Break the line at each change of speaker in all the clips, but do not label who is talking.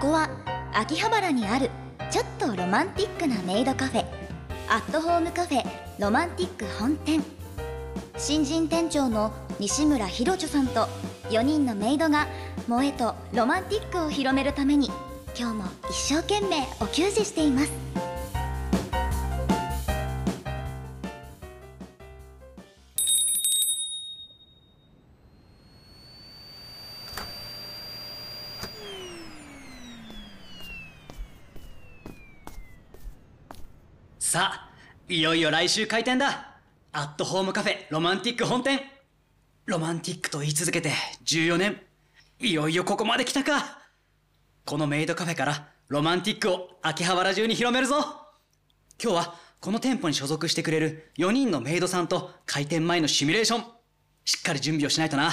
こは秋葉原にあるちょっとロマンティックなメイドカフェアットホームカフェロマンティック本店新人店長の西村博女さんと4人のメイドが萌えとロマンティックを広めるために今日も一生懸命お給仕しています
さあいよいよ来週開店だアットホームカフェロマンティック本店ロマンティックと言い続けて14年いよいよここまで来たかこのメイドカフェからロマンティックを秋葉原中に広めるぞ今日はこの店舗に所属してくれる4人のメイドさんと開店前のシミュレーションしっかり準備をしないとな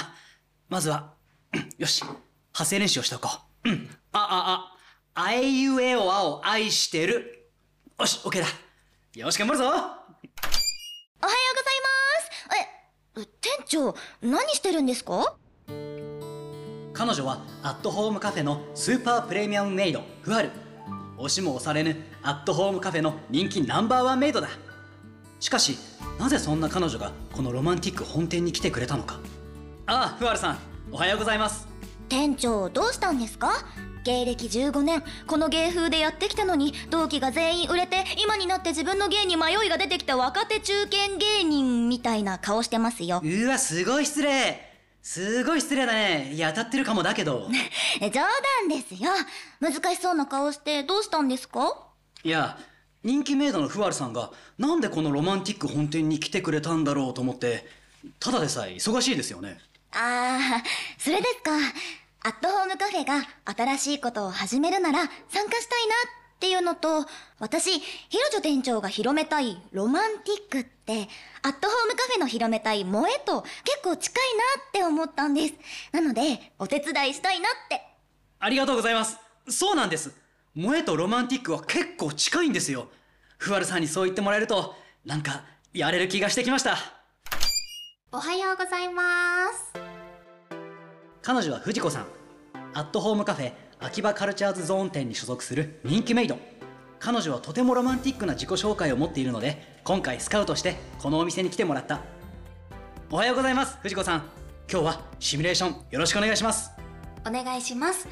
まずは うんよし発声練習をしておこううんああああいうえおあを愛してるよし、OK だ。よし、頑張るぞ
おはようございますえ店長何してるんですか
彼女はアットホームカフェのスーパープレミアムメイド、ふわる。押しも押されぬアットホームカフェの人気ナンバーワンメイドだ。しかし、なぜそんな彼女がこのロマンティック本店に来てくれたのか。ああ、ふわるさん、おはようございます。
店長どうしたんですか芸歴15年この芸風でやってきたのに同期が全員売れて今になって自分の芸に迷いが出てきた若手中堅芸人みたいな顔してますよ
うわ、すごい失礼。すごい失礼だね。いや、当たってるかもだけど。
冗談ですよ難しそうな顔してどうしたんですか
いや、人気メイドのふわるさんが、なんでこのロマンティック本店に来てくれたんだろうと思って、ただでさえ忙しいですよね。
あー それですかアットホームカフェが新しいことを始めるなら参加したいなっていうのと私ひろじょ店長が広めたいロマンティックってアットホームカフェの広めたい萌えと結構近いなって思ったんですなのでお手伝いしたいなって
ありがとうございます。そうなんです。萌えとロマンティックは結構近いんですよ。ふわるさんにそう言ってもらえると、なんか、やれる気がしてきました。
おはようございます
彼女は藤子さん。アットホームカフェ、秋葉カルチャーズゾーン店に所属する人気メイド。彼女はとてもロマンティックな自己紹介を持っているので、今回スカウトして、このお店に来てもらった。おはようございます、藤子さん。今日はシミュレーションよろしくお願いします。
お願いします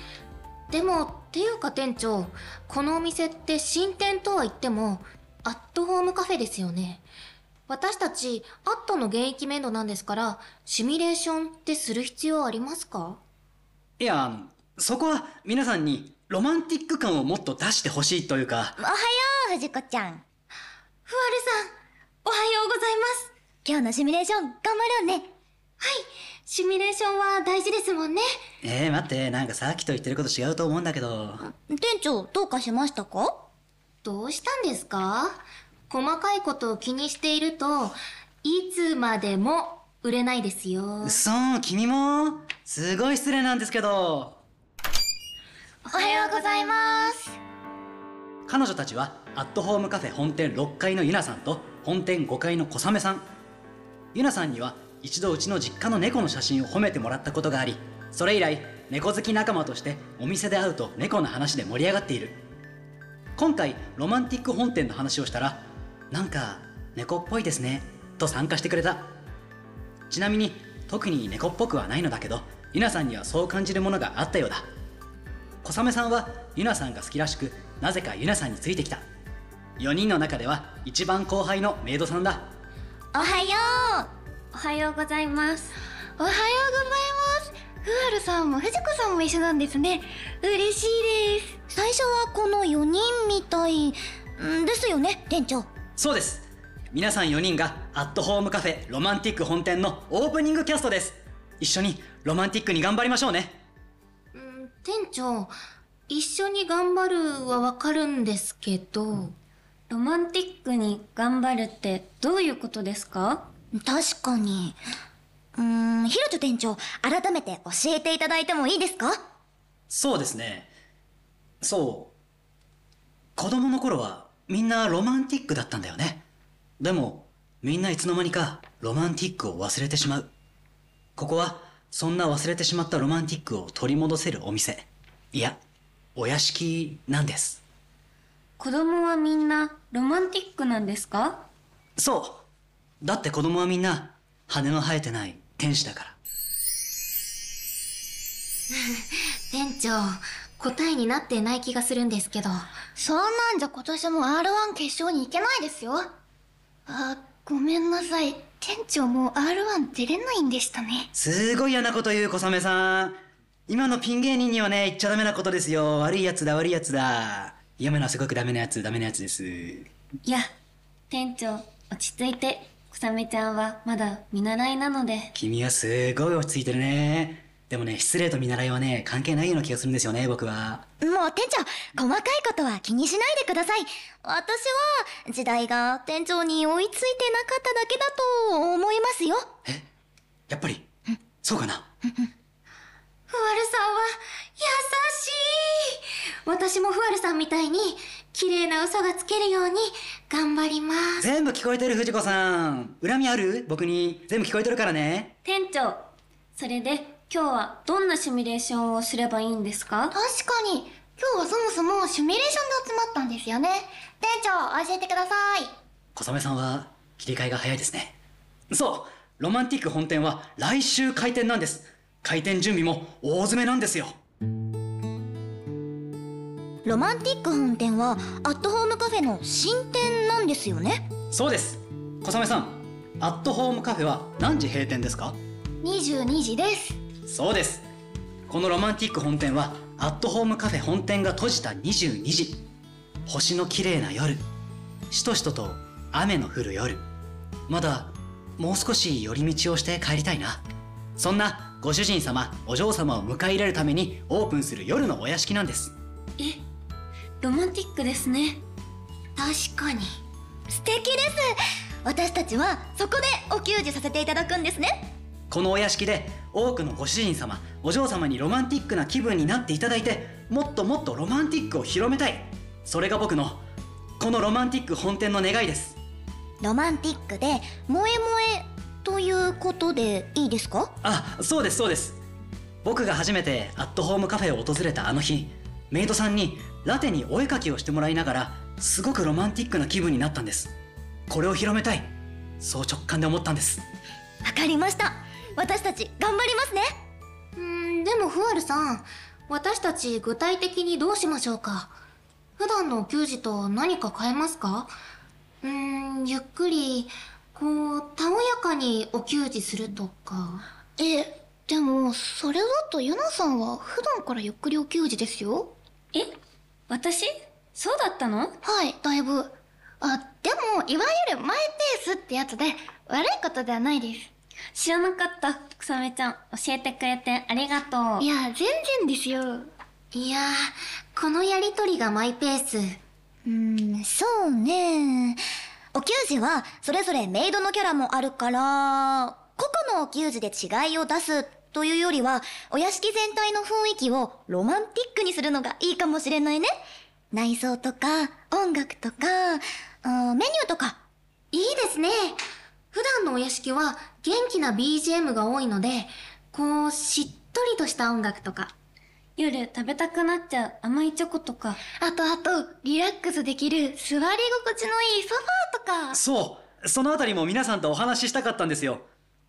でもっていうか店長このお店って新店とは言ってもアットホームカフェですよね私たちアットの現役メイドなんですからシミュレーションってする必要ありますか
いや、あのそこは皆さんにロマンティック感をもっと出してほしいというか、
おはよう藤子ちゃん
ふわるさんおはようございます
今日のシミュレーション頑張ろうね
はいシミュレーションは大事ですもんね
えー、待って、なんかさっきと言ってること違うと思うんだけど。
店長どうかしましたか
どうしたんですか細かいことを気にしているといつまでも売れないですよ
うそー、君もすごい失礼なんですけど。
お
おはようございます
彼女たちは、アットホームカフェ本店6階のゆなさんと、本店5階の小雨さん。ゆなさんには、一度うちの実家の猫の写真を褒めてもらったことがあり、それ以来、猫好き仲間としてお店で会うと猫の話で盛り上がっている。今回、ロマンティック本店の話をしたら、なんか、猫っぽいですね、と参加してくれた。ちなみに特に猫っぽくはないのだけどゆなさんにはそう感じるものがあったようだ小雨さんはゆなさんが好きらしくなぜかゆなさんについてきた4人の中では一番後輩のメイドさんだ
おはよ
おはようございます
おはようございます。ふわるさんも藤子さんも一緒なんですね。嬉しいです
う。最初はこの4人みたいんですよね店長
そうです皆さん4人がアットホームカフェロマンティック本店のオープニングキャストです一緒にロマンティックに頑張りましょうね
うん店長一緒に頑張るはわかるんですけど、
ロマンティックに頑張るってどういうことですか
確かにうーんひろちょ店長改めて教えていただいてもいいですか
そうですねそう子供の頃はみんなロマンティックだったんだよねでもみんないつの間にかロマンティックを忘れてしまうここはそんな忘れてしまったロマンティックを取り戻せるお店いやお屋敷なんです
子供はみんなロマンティックなんですか
そうだって子供はみんな羽の生えてない天使だから
店長、答えになってない気がするんですけど。
そんなんじゃ今年も R1 決勝に行けないですよ。あ、ごめんなさい。店長もう R1 出れないんでしたね。
すごい嫌なこと言う小雨さん今のピン芸人にはね言っちゃダメなことですよ悪いやつだ悪いやつだやめなすごくダメなやつダメなやつです
いや、店長、落ち着いて。小雨ちゃんはまだ見習いなので。
君はすごい落ち着いてるねでもね失礼と見習いはね関係ないような気がするんですよね僕は
もう店長、細かいことは気にしないでください。私は、時代が店長に追いついてなかっただけだと思いますよ。
えやっぱりそうかな
ふわるさんは、優しい私もふわるさんみたいに、綺麗な嘘がつけるように、頑張ります。
全部聞こえてる藤子さん恨みある僕に全部聞こえてるからね
店長、それで今日はどんなシミュレーションをすればいいんですか
確かに、今日はそもそもシミュレーションで集まったんですよね。店長、教えてください。
小雨さんは切り替えが早いですねそうロマンティック本店は来週開店なんです開店準備も大詰めなんですよ
ロマンティック本店は、アットホームカフェの新店なんですよね。
そうです小雨さんアットホームカフェは何時閉店ですか
22時です。
そうですこのロマンティック本店はアットホームカフェ本店が閉じた22時星の綺麗な夜しとしとと雨の降る夜まだもう少し寄り道をして帰りたいなそんなご主人様お嬢様を迎え入れるためにオープンする夜のお屋敷なんです
ロマンティックですね。
確かに。
素敵です。私たちは、そこでお給仕させていただくんですね。
このお屋敷で多くのご主人様お嬢様にロマンティックな気分になっていただいてもっともっとロマンティックを広めたいそれが僕のこのロマンティック本店の願いです
ロマンティックで、萌え萌えということでいいですか
あそうですそうです僕が初めてアットホームカフェを訪れたあの日メイドさんにラテにお絵描きをしてもらいながらすごくロマンティックな気分になったんですこれを広めたいそう直感で思ったんです
わかりました。私たち、頑張りますね。
うーん、でもふわるさん、私たち具体的にどうしましょうか普段の給仕と何か変えますかうーん、ゆっくり、こう、たおやかにお給仕するとか。
え、
でも、それだとユナさんは普段からゆっくりお給仕ですよ。
え私そうだったの
はい、だいぶ。あ、でも、いわゆるマイペースってやつで、悪いことではないです。
知らなかった。草めちゃん、教えてくれてありがとう。
いや、全然ですよ。う
いやー、このやりとりがマイペース。
ーん、そうね。お給仕は、それぞれメイドのキャラもあるから、個々のお給仕で違いを出すというよりは、お屋敷全体の雰囲気をロマンティックにするのがいいかもしれないね。内装とか、音楽とか、あーメニューとか、
いいですね。普段のお屋敷は元気な BGM が多いので、こう、しっとりとした音楽とか。
夜食べたくなっちゃう甘いチョコとか。
あとあと、リラックスできる座り心地のいいソファーとか。
そうそのあたりも皆さんとお話ししたかったんですよ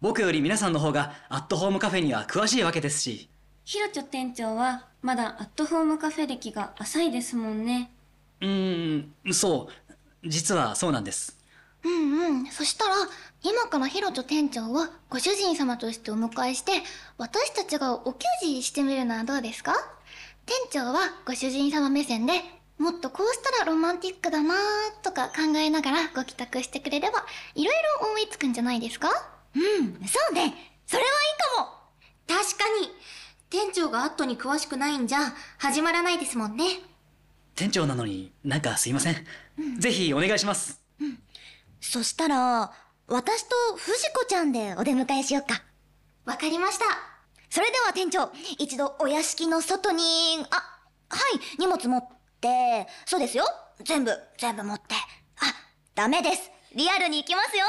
僕より皆さんの方がアットホームカフェには詳しいわけですし
ひろちょ店長は、まだアットホームカフェ歴が浅いですもんね。
うーんそう実はそうなんです
うんうん。そしたら、今からヒロチョ店長をご主人様としてお迎えして、私たちがお給仕してみるのはどうですか店長はご主人様目線で、もっとこうしたらロマンティックだなーとか考えながらご帰宅してくれれば、いろいろ思いつくんじゃないですかうん、そうね。それはいいかも
確かに店長がアットに詳しくないんじゃ始まらないですもんね。
店長なのになんかすいません、ぜひお願いします
そしたら、私と藤子ちゃんでお出迎えしようか。
わかりました。
それでは店長、一度お屋敷の外に、あ、はい、荷物持って、そうですよ。全部、全部持って。あ、ダメです。リアルに行きますよ。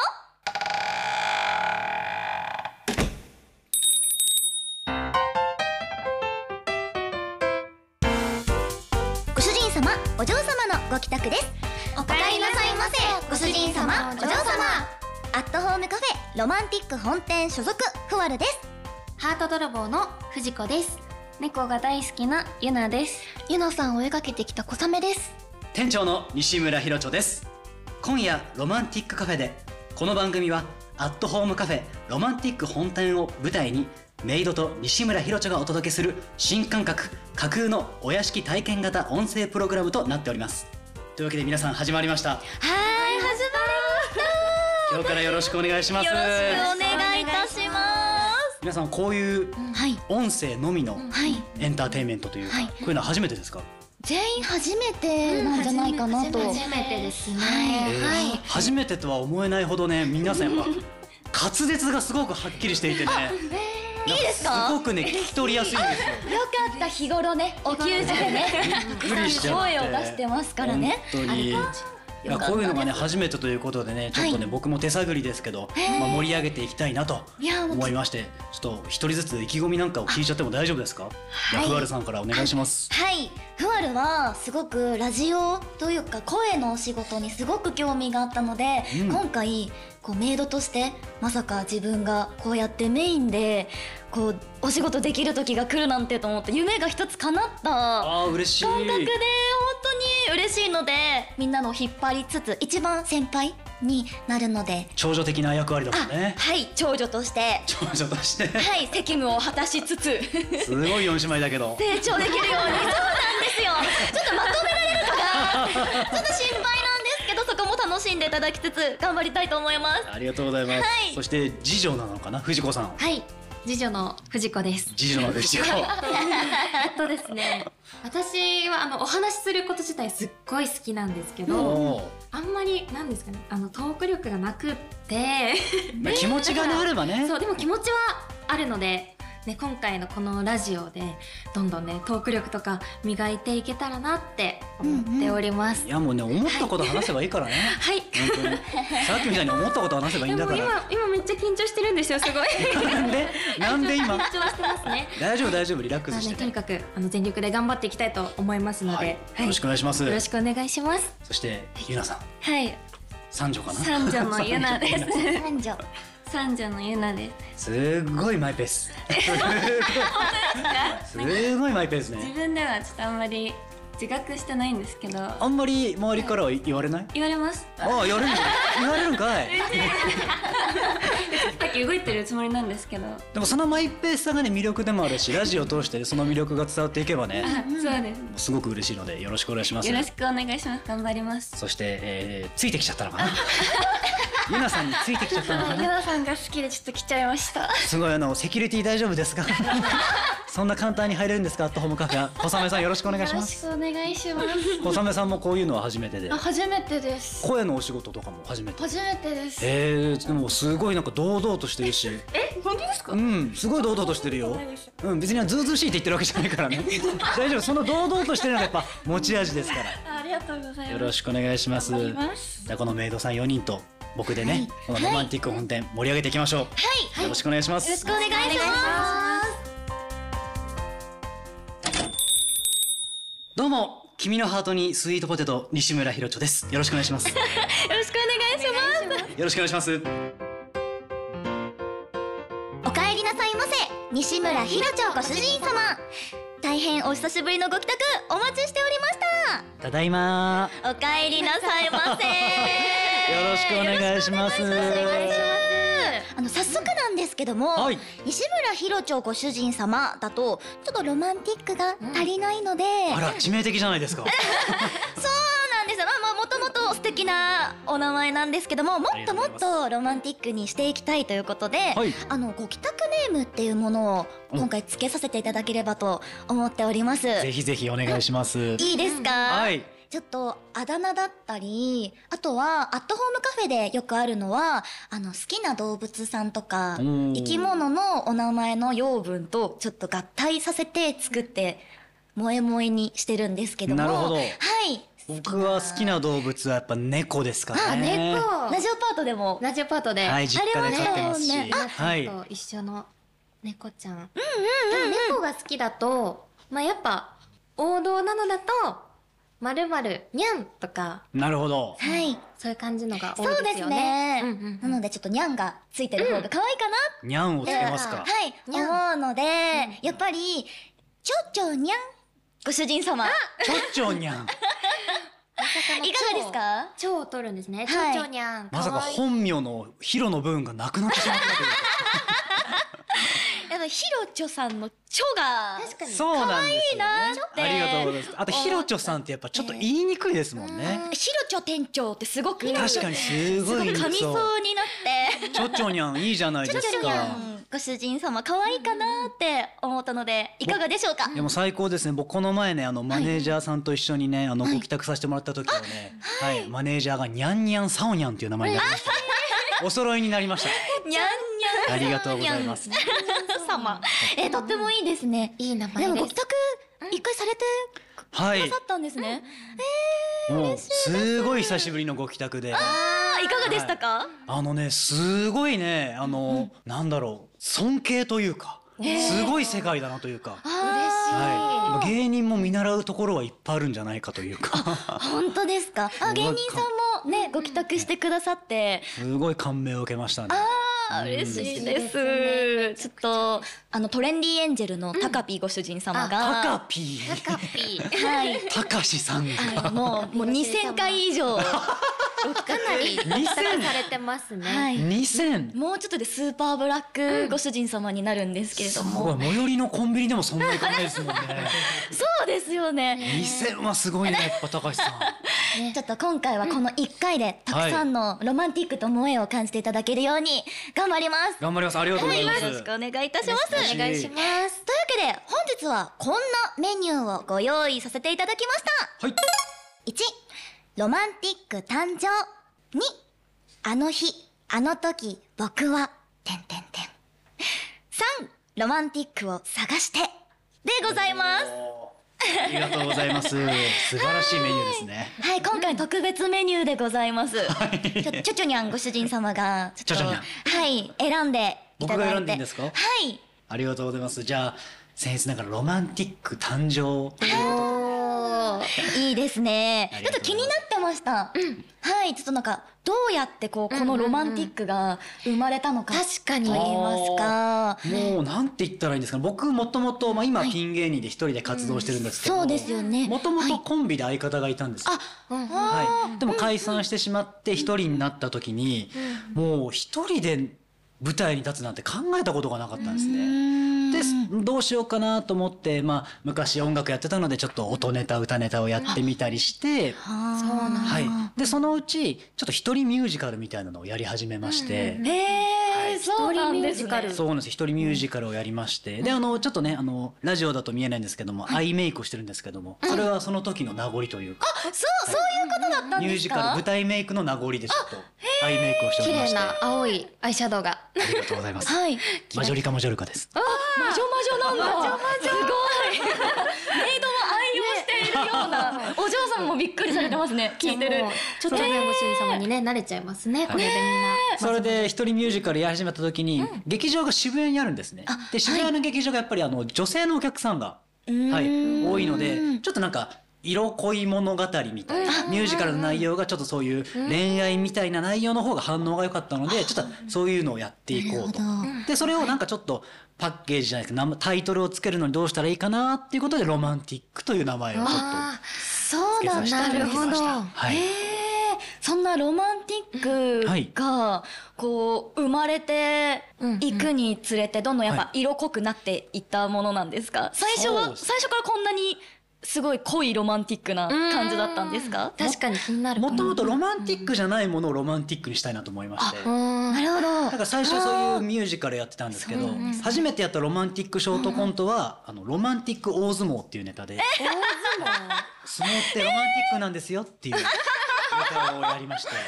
様お嬢様のご帰宅ですお
帰りなさいませご主人様お嬢様
アットホームカフェロマンティック本店所属ふわるです
ハート泥棒の藤子です猫が大好きなゆなです
ゆなさんを追いかけてきた小雨です
店長の西村ひろちょです今夜ロマンティックカフェでこの番組はアットホームカフェロマンティック本店を舞台にメイドと西村ひろちょがお届けする新感覚架空のお屋敷体験型音声プログラムとなっておりますというわけで皆さん始まりました
はい始
今日からよろしくお願いします
お願いいたしま
皆さんこういう
すはい
音声のみの
はい
エンターテインメントというか、こういうのは初めてですか、
全員初めてなんじゃないかなと、
初めてですね
は
えー初めてとは思えないほどね皆さんやっ ぱ滑舌がすごくはっきりしていてねいいですかすごくね聞き取りやすいんですよ
よかった日頃ねお給仕でね
びっくりしちゃって
声を出してますからね
本当にいやこういうのがね初めてということでねちょっとね、僕も手探りですけど、まあ、盛り上げていきたいなと
いやもう
思いましてちょっと一人ずつ意気込みなんかを聞いちゃっても大丈夫ですかじゃあ
はい
ふわるさんからお願いします
はい、ふわるはすごくラジオというか声のお仕事にすごく興味があったので、
うん
今回こうメイドとしてまさか自分がこうやってメインでこうお仕事できる時が来るなんてと思って夢が一つ叶った
あー嬉しい
感覚で本当に嬉しいのでみんなの引っ張りつつ一番先輩になるので、
長女的な役割だもんね
あはい長女として
長女として
はい責務を果たしつつ
すごい四姉妹だけど
成長できるようにそうなんですよちょっとまとめられるかがちょっと心配なんですけどそこも楽しんでいただきつつ頑張りたいと思います
ありがとうございます、
はい
そして次女なのかな藤子さん
はい次女の藤子です
次女の藤子
えっとですね私はあのお話しすること自体すっごい好きなんで すけど
おー
あんまりなんですかねあのトーク力がなくって
まあ気持ちがねあればね
そうでも気持ちはあるので、ね、今回のこのラジオでどんどんねトーク力とか磨いていけたらなって思っております、
いやもうね思ったこと話せばいいからね
はい
本当にさっきみたいに思ったこと話せばいい
で
んだ
も
か
今
ら
今めっちゃ緊張してるんですよすご い
なんでなんで今
緊張してますね
大丈夫大丈夫リラック
まあ
ス
ね
し
と
て
に
ね
かくあの全力で頑張っていきたいと思いますので、
は
はいい
よろしくお願いします
よろしくお願いします
そしてゆなさん
はい、
三女かな
三女のゆな です。
男女
三女のゆなです。
すっごいマイペー スすごいマイペース
自
ね
分ではちょっとあんまり自覚してないんですけど、
あんまり周りからは言われ ない
言われます。
ああ言われるんだ言われるんかい
さっき動いてるつもりなんですけど、
でもそのマイペースさがね魅力でもあるしラジオを通してその魅力が伝わっていけばね
あ、そうです
すごく嬉しいのでよろしくお願いします。
よろしくお願いします。頑張ります。
そして、えーついてきちゃった のかなゆなさんについてきちゃったのかな
なさんが好きでちょっと来ちゃいました。
すごいあのセキュリティ大丈夫で すかそんな簡単に入れるんですかアットホームカフェは小雨さんよろしくお願いします
くお願いします。
小雨さんもこういうのは初めてで
初めてです
声のお仕事とかも初めて
初めてです
えー、でもすごいなんか堂々としてるし
え、本当ですか
う。んすごい堂々としてるようん別にあのずうずうしいって言ってるわけじゃないからね大丈夫その堂々としてるのがやっぱ持ち味ですから
ありがとうございます。
よろしくお願いします。
頑張ります
じゃあこのメイドさん4人と僕でね、このロマンティック本店盛り上げていきましょう。よろしくお願いします。
お願いします
どうも、君のハートにスイートポテト西村ひろちょです。よろしくお願いします。よ
よろしくお願いします。
ろしくお願いします。
お帰りなさいませ西村ひろちょご主人様大変お久しぶりのご帰宅お待ちしておりました
ただいま。
お帰りなさいませ
よろしくお願いします。
あの早速なんですけども、
はい
西村ひろちょご主人様だとちょっとロマンティックが足りないので、
あら、致命的じゃないですか。
そうなんですよ。まあまあもともと素敵なお名前なんですけども、も
あり
っ
が
と
とう
もっ
ございます
とロマンティックにしていきたいということで、
はい
あのご帰宅ネームっていうものを今回付けさせていただければと思っております。
ぜひぜひお願いします。
いいですか？
はい。
ちょっとあだ名だったり、あとはアットホームカフェでよくあるのは、あの好きな動物さんとか
おー
生き物のお名前の養分とちょっと合体させて作って萌え萌えにしてるんですけども、
なるほど
はい。
僕は好きな動物はやっぱ猫ですからね。
猫
ラジオパートでも
ラジオパートで、
はい、実家で飼ってますし。
あれはね
はい。
と一緒の猫ちゃん。でも猫が好きだと、まあやっぱ王道なのだとまるまるにゃんとか、
なるほど。
はい。
そういう感じのが多
そう
いで
ですす
よ
ね。
ね。うんうん
なのでちょっとニャンがついてる方が可愛いかな
にゃんをつけますか。
はい、
にゃん
思うので、やっぱり、ちょちょにゃん、ご主人様、い
ちょっちょにゃん。
かがですか
蝶を取るんですね。蝶
はい
々にゃん。
まさか
わいい
本名のヒロの部分がなくなってしまったという
やっぱ、ひろちょさんのちょが、
確かに。
そうなんですよ、ね。
て
ありがとうございます。あと、ひろちょさんってやっぱちょっと言いにくいですもんね。
ひろちょ店長ってすごく、
確かにすごい
噛みそう
そう。
になって、
ちょっちょにゃん、いいじゃないです
ちょちょにゃ
か。
ん、ご主人様可愛いかなって思ったので、いかがでしょうか
いやもう最高ですね。僕この前ね、あの、マネージャーさんと一緒にね、あの、ご帰宅させてもらった時はね、はい、マネージャーがにゃんにゃんさおにゃんっていう名前になりました。お揃いになりました。
にゃん
ありがとうございます。
にゃん様。え、とってもいいですね。
いい名前です。
でも、ご帰宅、一回されて
はい
くだ。さったんですね。
もう、すごい久しぶりのご帰宅で。
あーいかがでしたか、
あのね、すごいね、あの、なんだろう、尊敬というか、すごい世界だなというか。
嬉しい。
はい、芸人も見習うところはいっぱいあるんじゃないかというか
本当ですか。あ、芸人さんもね、ご帰宅してくださって。
すごい感銘を受けましたね。
あー嬉しいです。
うん
ちょっと、あの、トレンディエンジェルのタカピーご主人様
タ
が、
カピー、
カピー。
はい。
タカシさんが
あのもう、もう2000回以上、は
かなり
2000
たくされてますね。
い。
2000。
もうちょっとでスーパーブラックご主人様になるんですけれ
す
ども。
ごい最寄りのコンビニでもそんなにいかないです もんね。
そうですよね。
2000はすごいね、 やっぱ高橋さん。
ちょっと今回はこの1回で、たくさんのロマンティックと萌えを感じていただけるように、頑張ります。
頑張ります。ありがとうございま
よろし
す
く。お願いいたしま
ろしくお願いします
す。
お願いします。
というわけで本日はこんなメニューをご用意させていただきました
はい。
1ロマンティック誕生2あの日あの時僕は点点点3ロマンティックを探してでございます
ありがとうございます。素晴らしいメニューですね。
はい今回特別メニューでございます、ちょちょちょにゃんご主人様がちょっ
ちょち
と
ょにゃん
はい選んでいただいて
僕が選んでいいんですか
はい
ありがとうございます。じゃあ、僭越ながらロマンティック誕生ということで。
いいですね
あ。り
ちょ
が
っ
と
と
う
気
ござ
に
います
なってました。はい、ちょっとなんか、どうやってこう、このロマンティックが生まれたのか。
確かに
と言いますか。
もうなんて言ったらいいんですかね僕もともと、まあ、今ピン芸人で一人で活動してるんですけど、
そうですよね。
もともとコンビで相方がいたんですよ、
うん
はいでも解散してしまって一人になった時に、もう一人で舞台に立つなんて考えたことがなかったんですね。でどうしようかなと思って、まあ、昔音楽やってたのでちょっと音ネタ歌ネタをやってみたりして、
あー
はい、でそのうちちょっと一人ミュージカルみたいなのをやり始めまして。
へえ、そうなんです
一人ミュージカ
ね
ル。
そうなんです一人ミュージカルをやりまして、であのちょっとねあのラジオだと見えないんですけども、アイメイクをしてるんですけども、それはその時の名残というか、
そう、そういうことだったん
ミュー
です
ジカル
か
舞台メイクの名残でちょっとアイメイクをしてお
綺
りま
麗
して
な
あ
青いアイシャドウが。
りがとうございます
はい。
マジョリカマジョルカです
魔女魔女なんだ。すごい。メイドも愛用しているような。お嬢さんもびっくりされてますね。聞いてる
もう。ちょっとね、ご主人様にね、慣れちゃいますね、これでみんな。
それで一人ミュージカルやり始めた時に、劇場が渋谷にあるんですねで渋谷の劇場がやっぱりあの女性のお客さんが、はい、多いのでちょっとなんか色恋物語みたいな、ミュージカルの内容がちょっとそういう恋愛みたいな内容の方が反応が良かったので、ちょっとそういうのをやっていこうと。で、それをなんかちょっとパッケージじゃないですか、名タイトルをつけるのにどうしたらいいかなっていうことで、ロマンティックという名前をちょっと
あ
そ
つ
う
け
だ
させてい
な
ただきまし
なる
た。
ほど
はい。
へーそんなロマンティ
はい
ックがこう生まれていくにつれてどんどんやっ
は
ぱ色濃くなっていったものなんですか最初
そう
は
です
最初からこんなにすごい濃いロマンティックな感じだったんですか
ー確かに気になるか
も
も。
ともとロマンティックじゃないものをロマンティックにしたいなと思いまして。
うん
なるほ
だから最初そういうミュージカルやってたんですけど、初めてやったロマンティックショートコントは、あの、ロマンティック大相撲っていうネタで、相撲ってロマンティックなんですよっていうネタをやりまして、
ど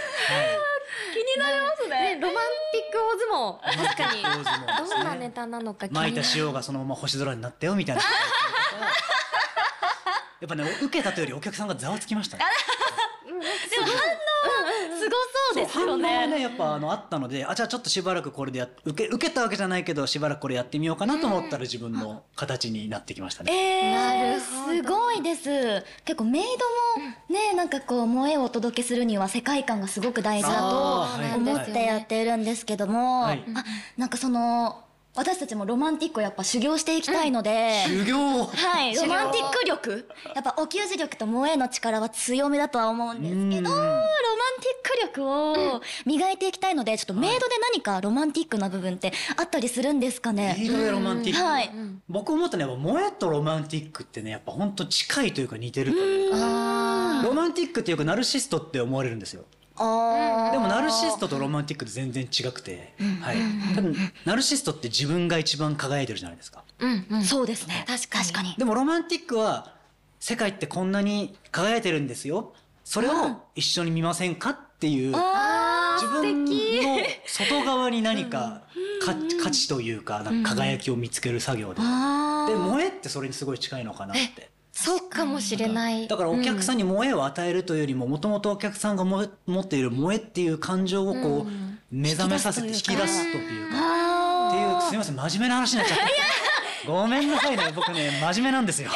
ね、ロマンティック大
はい。
相撲。確かに。
ロマンティック大相撲ですね
どんなネタなのか気にな
巻い
る
た。塩がそのまま星空になったよみたいな。やっぱね、受けたというよりお客さんがざわつきましたね。
す
ごそうですよ
反応は
ね
ねやっぱあのあったのであじゃあちょっとしばらくこれでやっ受け受けたわけじゃないけどしばらくこれやってみようかなと思ったら自分の形になってきましたね。
え
な
ー、
るほど
すごいです結構メイドもねなんかこう萌えをお届けするには世界観がすごく大事だ
あーはい
と思ってやってるんですけども、
はい
あなんかその私たちもロマンティックをやっぱ修行していきたいので、
修行
はい、ロ
修行
マンティック力やっぱお給仕力と萌えの力は強めだとは思うんですけど、
うん
ロマンティック力を磨いていきたいのでちょっとメイドで何かロマンティックな部分ってあったりするんですかね、
メイドでロマンティック、
はい
僕思ったのはやっぱ萌えとロマンティックってねやっぱほんと近いというか似てるというか
あ
ロマンティックっていうかナルシストって思われるんですよ
あー
でもナルシストとロマンティックって全然違くて、はい、多分ナルシストって自分が一番輝いてるじゃないですか
うんうん
そうですね確かに
でもロマンティックは世界ってこんなに輝いてるんですよそれを一緒に見ませんかっていう
あ
自分の外側に何かか価値というかなんか輝きを見つける作業で
ーあ
で
ー
萌えってそれにすごい近いのかなって
そうかもしれない
だからお客さんに萌えを与えるというよりももともとお客さんがも持っている萌えっていう感情を
う
こ
ん
う目覚めさせて引
引
き
き
出
出
す
す
というか
あ
って
ー
いうすみません真面目な話になっちゃったごめんなさいね僕ね真面目なんですよ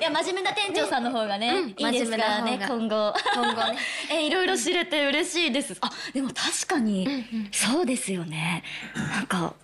いや真面目な店長さんの方がね、
うん
いいですからね
真
今後
今後ね
えいろいろ知れて嬉しいですあでも確かに、
うん
そうですよねなんか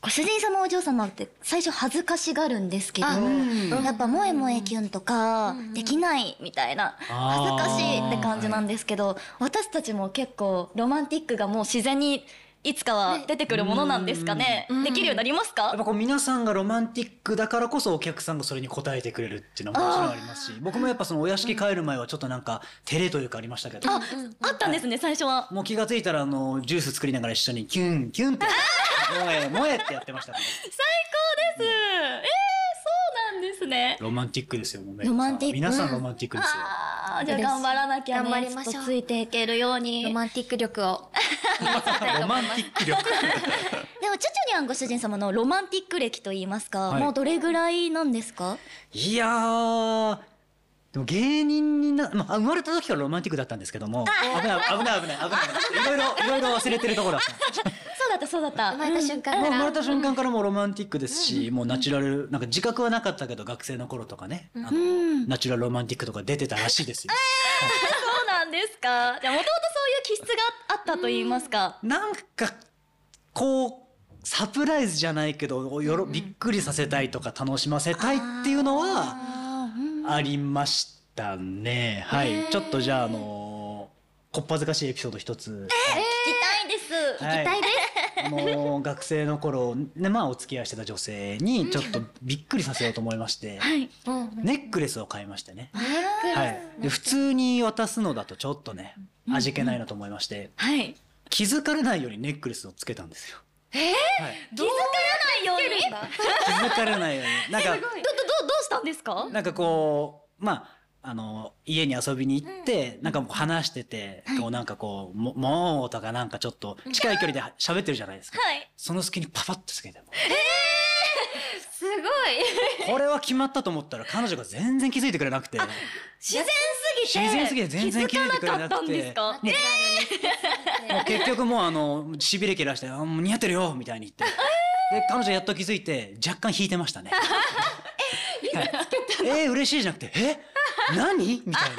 ご主人様お嬢様って最初恥ずかしがるんですけど、
あうん
やっぱ萌え萌えキュンとか
ん
できないみたいな、恥ず
あー
かしいって感じなんですけど、私たちも結構ロマンティックがもう自然にいつかは出てくるものなんですかね、
うん
できるようになります
やっ
か、
ぱこう皆さんがロマンティックだからこそお客さんがそれに応えてくれるっていうのももちろんありますし僕もやっぱそのお屋敷帰る前はちょっとなんか照れというかありましたけど
ああったんですね最初は
もう気がついたらあのジュース作りながら一緒にキュンキュンって萌え萌えってやってましたから
最高です、えー、そうなんですね
ロマンティックですよもうめ
ロマンティック
皆さんロマンティックですよ
あーじゃあ頑張らなきゃね
頑張りましょう
ちょっとついていけるように
ロマンティック力を
ロマンティック力
でもチュチュニャンご主人様のロマンティック歴といいますか、
はい
もうどれぐらいなんですか
いやーでも芸人にな、まあ、生まれた時からロマンティックだったんですけども危ない危ない危ない危ないいろいろいろいろ忘れてる ところだった
そうだったそうだった
生まれた瞬間
もう
か
生ま
ら
れた瞬間からもうロマンティックですし、もうナチュラルなんか自覚はなかったけど学生の頃とかね、あのナチュラルロマンティックとか出てたらしいですよ。
そうなんですかじゃあもともとそういう気質があったといいますか、
なんかこうサプライズじゃないけどよろびっくりさせたいとか楽しませたいっていうのはありましたね。はい、ちょっとじゃああのーこっぱずかしいエピソード一つ。
聞きたいです、
はいあのー学生の頃ねまあお付き合いしてた女性にちょっとびっくりさせようと思いまして、ネックレスを買いましてね。はい、で普通に渡すのだとちょっとね味気ないなと思いまして、
はい
気づかれないようにネックレスをつけたんですよ。はい
気づかれないようにどど
気づかれないよう になんか
どどうしたんですか
なんかこうまああの家に遊びに行って、なんかもう話してて、こうなんかこう「ももう」とかなんかちょっと近い距離で喋ってるじゃないですか、
はい
その隙にパパッとつけても
すご い
これは決まったと思ったら彼女が全然気づいてくれなくて
自然すぎて
自然すぎて全然気づいてくれ
づかな
な
かった
く
んです
て
か
ねもう結局もうあのしびれ切らして「あもう似合ってるよ」みたいに言ってで彼女やっと気づいて若干引いてましたね。はいえー、嬉しいじゃなくて「え何?」みたいな感じ。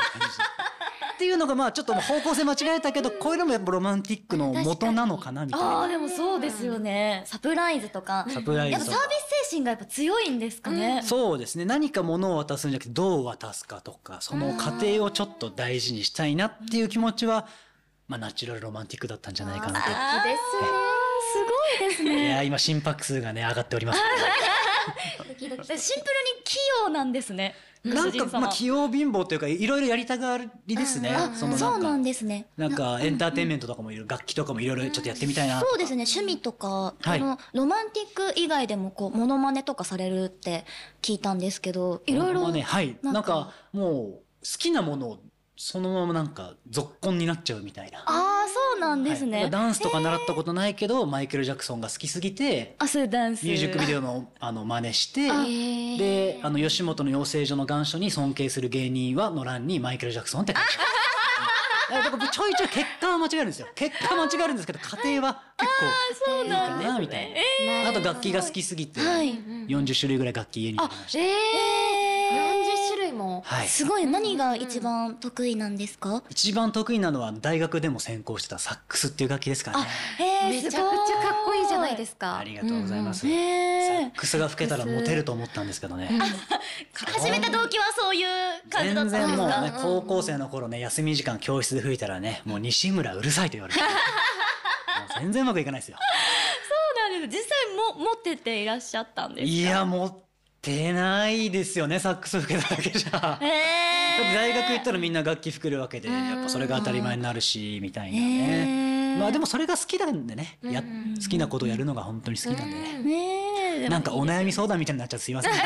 っていうのがまあちょっともう方向性間違えたけどこういうのもやっぱロマンティックの元なのかなみたい
あー
な。
でもそうですよね、サプライズとか
サプライ
やっぱ
ズ
サ
と
ー
か
ビス精神がやっぱ強いんですかね、
そうですね何か物を渡すんじゃなくてどう渡すかとかその過程をちょっと大事にしたいなっていう気持ちは、まあ、ナチュラルロマンティックだったんじゃないかなと。
あーすごいです
い
ね
やー今心拍数がね上がっております
シンプルに器用なんですね
けど、なん
ご主人
か
様
まあ器用貧乏というかいろいろやりたがりですね、その
そうな
なん
ん
か
ですね
なんかエンターテインメントとかもいろ楽器とかもいろいろちょっとやってみたいなとか
そうですね趣味とか、
は
あ
い
のロマンティック以外でもこうモノマネとかされるって聞いたんですけどいろい
ま
ろ
あねはい
な
なんん
か
かもう好きなものをそのままなんか続婚になっちゃうみたいな
ああそうなんです
はい
ね、
ダンスとか習ったことないけどマイケル・ジャクソンが好きすぎて
あそういうダンス
ミュージックビデオのあの真似してであの吉本の養成所の願書に尊敬する芸人はの欄にマイケル・ジャクソンって書いてあるだから僕ちょいちょい結果は間違えるんですよ結果は間違えるんですけど家庭は結構いいかなみたいなあと楽器が好きすぎて
はい。
40種類ぐらい楽器家にありました
え
40種類も
はい
ー、すごい何が一番得意なんですか？
一番得意なのは大学でも専攻してたサックスっていう楽器ですからね
え
めちゃくちゃかっこいいじゃないですか
ありがとうございます、
え
サックスが吹けたらモテると思ったんですけどね、
始めた動機はそういう感じだっ
全
たん
然
です
もう
か？
ね高校生の頃ね休み時間教室で吹いたらねもう西村うるさいと言われてもう全然うまくいかないですよ
そうなんです。実際も持ってていらっしゃったんですか。
いや持ってないですよねサックス吹けただけじゃ、だって大学行ったらみんな楽器吹けるわけでやっぱそれが当たり前になるしみたいなね、まあでもそれが好きなんでねや好きなことをやるのが本当に好きなんでね、
ねえでも
なんかお悩み相談みたいになっちゃってすいませ
い
ん、
ろ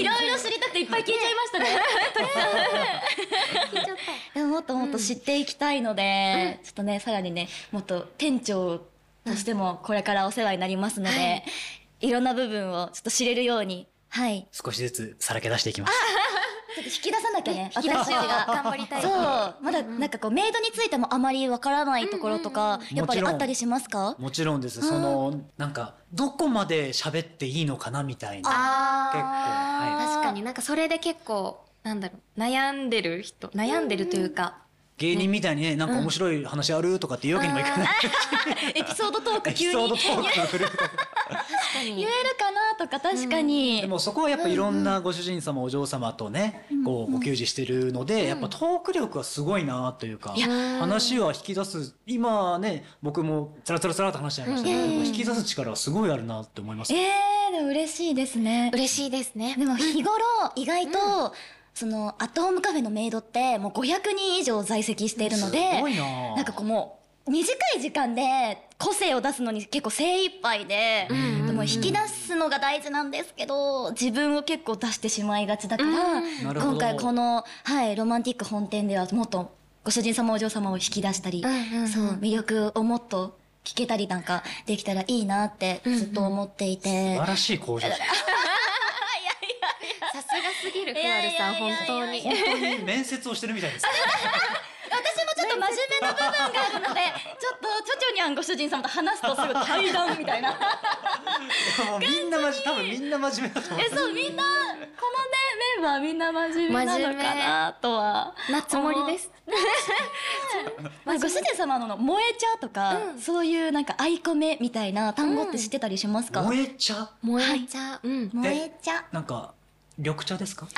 いろ知りたくていっぱい聞いちゃいました ね。
でももっともっと知っていきたいので、ちょっとねさらにねもっと店長としてもこれからお世話になりますので、い、ろんな部分をちょっと知れるようにはい
少しずつさらけ出していきます
ちょっと引き出さなきゃね私
私
たち
が
が。
頑張りたい
そうまだなんかこうメイドについてもあまりわからないところとか、
うん
やっぱり
もちろ
あ
ん
ったりしますか
もちろんですそのなんかどこまで喋っていいのかなみたいな
あ
結構はい
ー確かになんかそれで結構なんだろう悩んでる人悩んでるというか、
芸人みたいにねなんか面白い話あるとかっていうわけにもいかない、
エピソードトーク
エピ
急に
ソー
言える
ドトークを振 るとか
かなとか確かに、
でもそこはやっぱいろんなご主人様お嬢様とねこうご給仕してるのでやっぱトーク力はすごいなというか話は引き出す今ね僕もつらつらつらっと話しちゃいましたけど
うん
やっぱ引き出す力はすごいあるなって思います
ええー、でも嬉しいですね
嬉しいですね
でも日頃意外と、そのアットホームカフェのメイドってもう500人以上在籍しているのです
ごいな
なんかこうもう短い時間で個性を出すのに結構精一杯で、でも引き出すのが大事なんですけど自分を結構出してしまいがちだから、
なるほど
今回この、はい、ロマンティック本店ではもっとご主人様お嬢様を引き出したり、
うんうん
そう魅力をもっと聞けたりなんかできたらいいなってずっと思っていて。
素晴らしい向上心
さすがすぎるふわ
や
る
い
さ
や
ん
いやい
本
や
当に
面接をしてるみた いですね
私もちょっと真面目な部分があるので、ちょっとチョチョニャンご主人様と話すとすぐ対談 みたいな。
もうみんなまじ多分みんな真面目だと思う
えそうみんなこのねメンバーみんな真面目なのかなとは
なつもりです
まあ、ご主人様の燃え茶とか、そういうなんかアイコメみたいな単語って知ってたりしますか。
萌え茶
萌えちゃう、うん
燃え茶。
なんか緑茶 ですか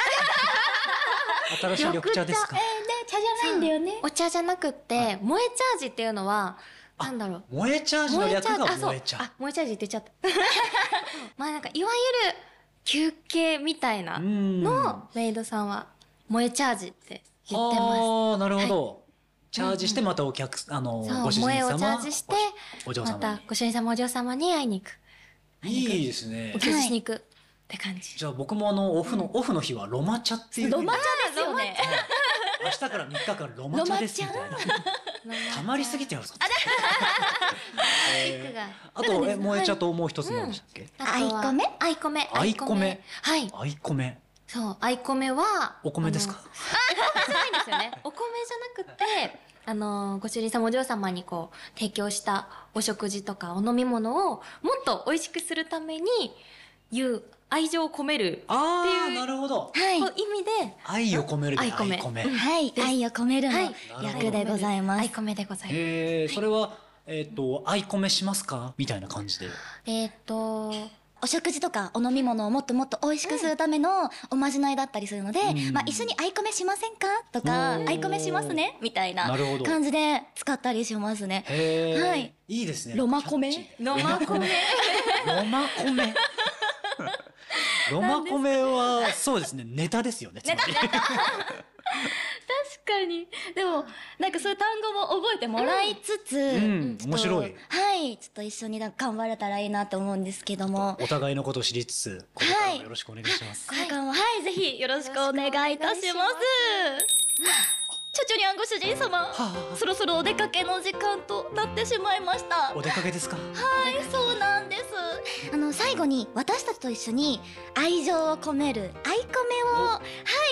新しい緑茶ですか
えー、ね、茶じゃないんだよね。
お茶じゃなくって、萌えチャージっていうのはなんだろう
萌え茶味の
萌え
略
チャージ
が
あそ
萌
う
え茶
あ萌えチャージって言っちゃった まあなんかいわゆる休憩みたいな
うん
のをメイドさんは萌えチャージって言ってます
ああ、なるほど。チャージしてまたお客す、あの
そう
ご主人
萌えをチャ
様
ージして
お嬢
ま
様
たご主人様お嬢様に会いに行く
にいいですね
お。給仕しに行くって感じ
じゃあ僕もあのオフのオフの日はロマチャっていう。
ロマ茶ですよね。
明日から3日間ロマチャですみたいな。たまりすぎてやるぞ。えー
が
あとえ萌え茶ともう一つ何でしたっけ？
あとは
アイコメ
アイコメ
アイコメ
はい
アイコメ。
そうアイコメは
お米ですか？
あのそうなんですよねお米じゃなくてあのご主人様お嬢様にこう提供したお食事とかお飲み物をもっと美味しくするために言う愛情を込める
あ
って
あ、
いう
なるほど。
はい。
こう意味で
愛を込めるでア
アイコメ
イコメ。
はい、愛を込めるの
はい
役でございま
ア
す
イ。コメでございます
へえ、それはえっとアイコメしますかみたいな感じで。
えーっと
お食事とかお飲み物をもっともっと美味しくするためのおまじないだったりするので、
ん
まあ、一緒にアイコメしませんかとか
おー
アイコメしますねみたいな
なるほど
感じで使ったりしますね。
へえ、
はい
い、いですね
ロマコメ
キャッチーでロマコメ ロマコメ ロマコメはそうですねネタですよねつまり
確かにでも
なんかそういう単語も覚えてもらいつつ、
うん
ちょっと
面白い
はいちょっと一緒になんか頑張れたらいいなと思うんですけども
お互いのことを知りつつこれからもよろしくお願いします、
これからもはいぜひよろしくお願いいたします。ちょちょにゃんご主人様
はあ
そろそろお出かけの時間となってしまいました。
お出かけですか
はい、そうなんです。あの最後に私たちと一緒に愛情を込める愛コメをはい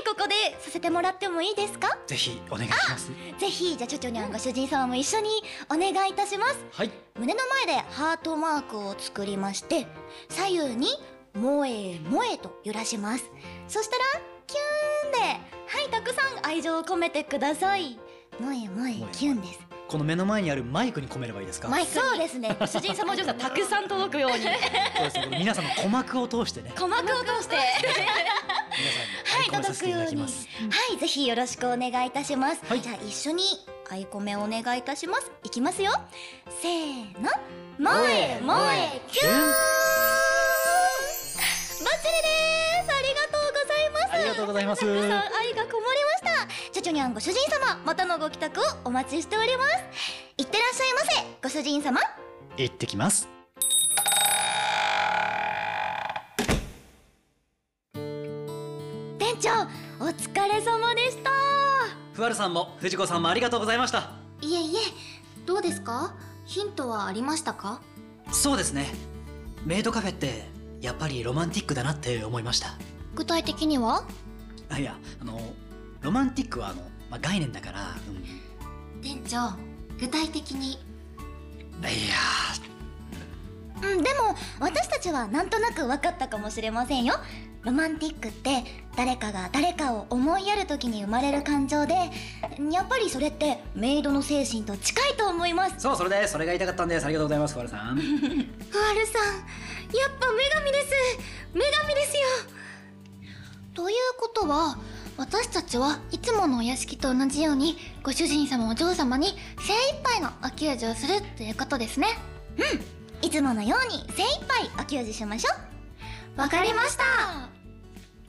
こここでさせてもらってもいいですか
ぜひお願いします
ぜひじゃあチョチョニャンご主人様も一緒にお願いいたします
はい
胸の前でハートマークを作りまして左右に「萌え萌え」と揺らしますそしたらキューンではいたくさん愛情を込めてください萌え萌えキュンです
この目の前にあるマイクに込めればいいですか
マイクそうですね
主人様女子はたくさん届くように
そうですねこれ皆さんの鼓膜を通してね
鼓膜を通して
皆さんに込めさせていただきます、
はいぜひよろしくお願いいたします、
はい
じゃあ一緒に愛コメお願いいたしますいきますよせーの萌え萌えキューンバッチリですありがとうございます
ありがとうございます
たくさん愛がこもりましたちょちょにゃんご主人様またのご帰宅をお待ちしておりますいってらっしゃいませご主人様
行ってきます
店長お疲れ様でした
ふわるさんも藤子さんもありがとうございました
いえいえどうですかヒントはありましたか
そうですねメイドカフェってやっぱりロマンティックだなって思いました
具体的には
あいやあのロマンティックはあの、まあ、概念だから、うんい
店長具体的に
や
うん、でも私たちはなんとなく分かったかもしれませんよロマンティックって誰かが誰かを思いやる時に生まれる感情でやっぱりそれってメイドの精神と近いと思います
そうそれでそれが言いたかったんですありがとうございますふわるさん
ふわるさんやっぱ女神です女神ですよ
ということは私たちはいつものお屋敷と同じようにご主人様お嬢様に精一杯のお給仕をするっていうことですね
いつものように精一杯お給仕しましょ
わかりました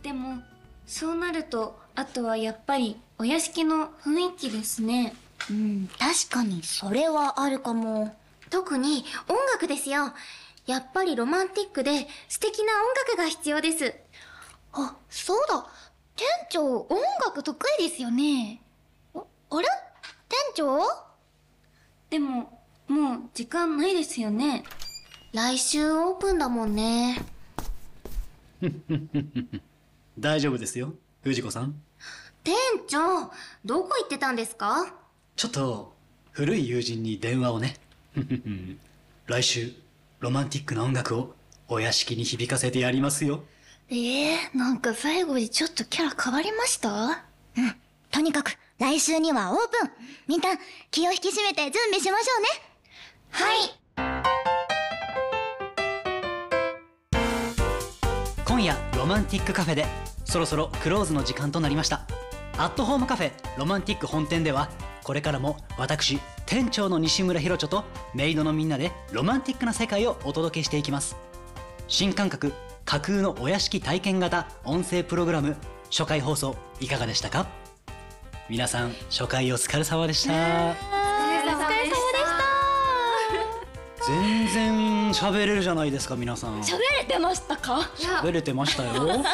でもそうなるとあとはやっぱりお屋敷の雰囲気ですね
ううん確かにそれはあるかも
特に音楽ですよやっぱりロマンティックで素敵な音楽が必要です
あそうだ店長音楽得意ですよねああれ店長
でももう時間ないですよね来週オープンだもんね
大丈夫ですよ藤子さん
店長どこ行ってたんですか
ちょっと古い友人に電話を ね来週ロマンティックな音楽をお屋敷に響かせてやりますよ
ええなんか最後にちょっとキャラ変わりました
とにかく来週にはオープンみんな気を引き締めて準備しましょうね
はい
今夜ロマンティックカフェでそろそろクローズの時間となりましたアットホームカフェロマンティック本店ではこれからも私店長の西村ひろちょとメイドのみんなでロマンティックな世界をお届けしていきます新感覚架空のお屋敷体験型音声プログラム初回放送いかがでしたか皆さん初回お疲れ様でした
お疲れ様でした
全然喋れるじゃないですか皆さん
喋れてましたか
いや
喋れてましたよ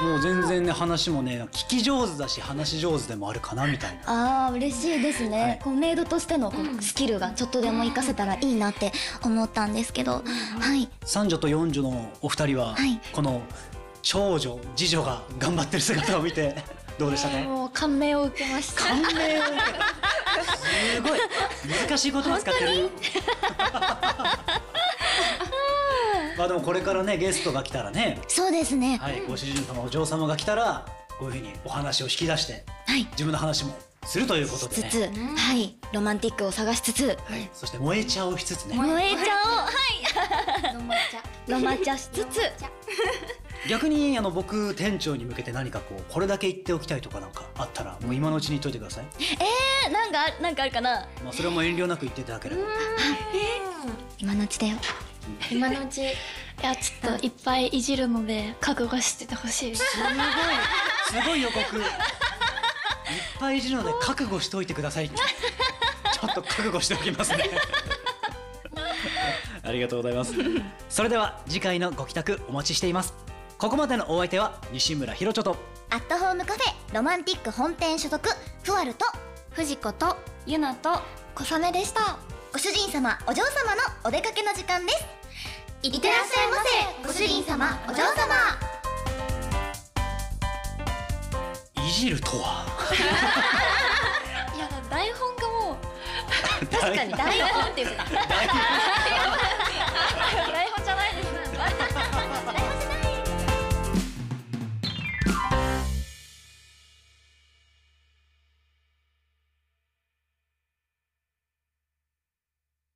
もう全然ね話もね聞き上手だし話し上手でもあるかなみたいな
あー嬉しいですね、
はい
こうメイドとしてのこうスキルがちょっとでも活かせたらいいなって思ったんですけど、はい
三女と四女のお二人は、
はい
この長女次女が頑張ってる姿を見てどうでしたか
もう感銘を受けました
感銘を受けすごい難しい言葉使ってるまあでもこれからねゲストが来たらね、
そうですね
はい、ご主人様お嬢様が来たらこういうふうにお話を引き出して
はい
自分の話もするということで
つ
ね
つ、はいロマンティックを探しつつ
はい、そして燃えちゃうしつつね
萌えちゃをはい
飲まちゃ
ロマちゃしつつ
逆にあの僕店長に向けて何かこうこれだけ言っておきたいとかなんかあったらもう今のうちに言っといてください、
えなんかあなんかあるかな
まあ、それも遠慮なく言っていただければ
今のうちだよ
今のうち
いやちょっといっぱいいじるので覚悟しててほしいです
すごいすごい予告いっぱいいるので覚悟しておいてくださいちょっと覚悟しておきますね ありがとうございますそれでは次回のご帰宅お待ちしていますここまでのお相手は西村ひろちょと
アットホームカフェロマンティック本店所属ふわると
藤子とゆなと
小雨でしたご主人様お嬢様のお出かけの時間ですいってらっしゃいませご主人様お嬢様
じるとは
いや台本がもう
確かに
台本って言ってた
台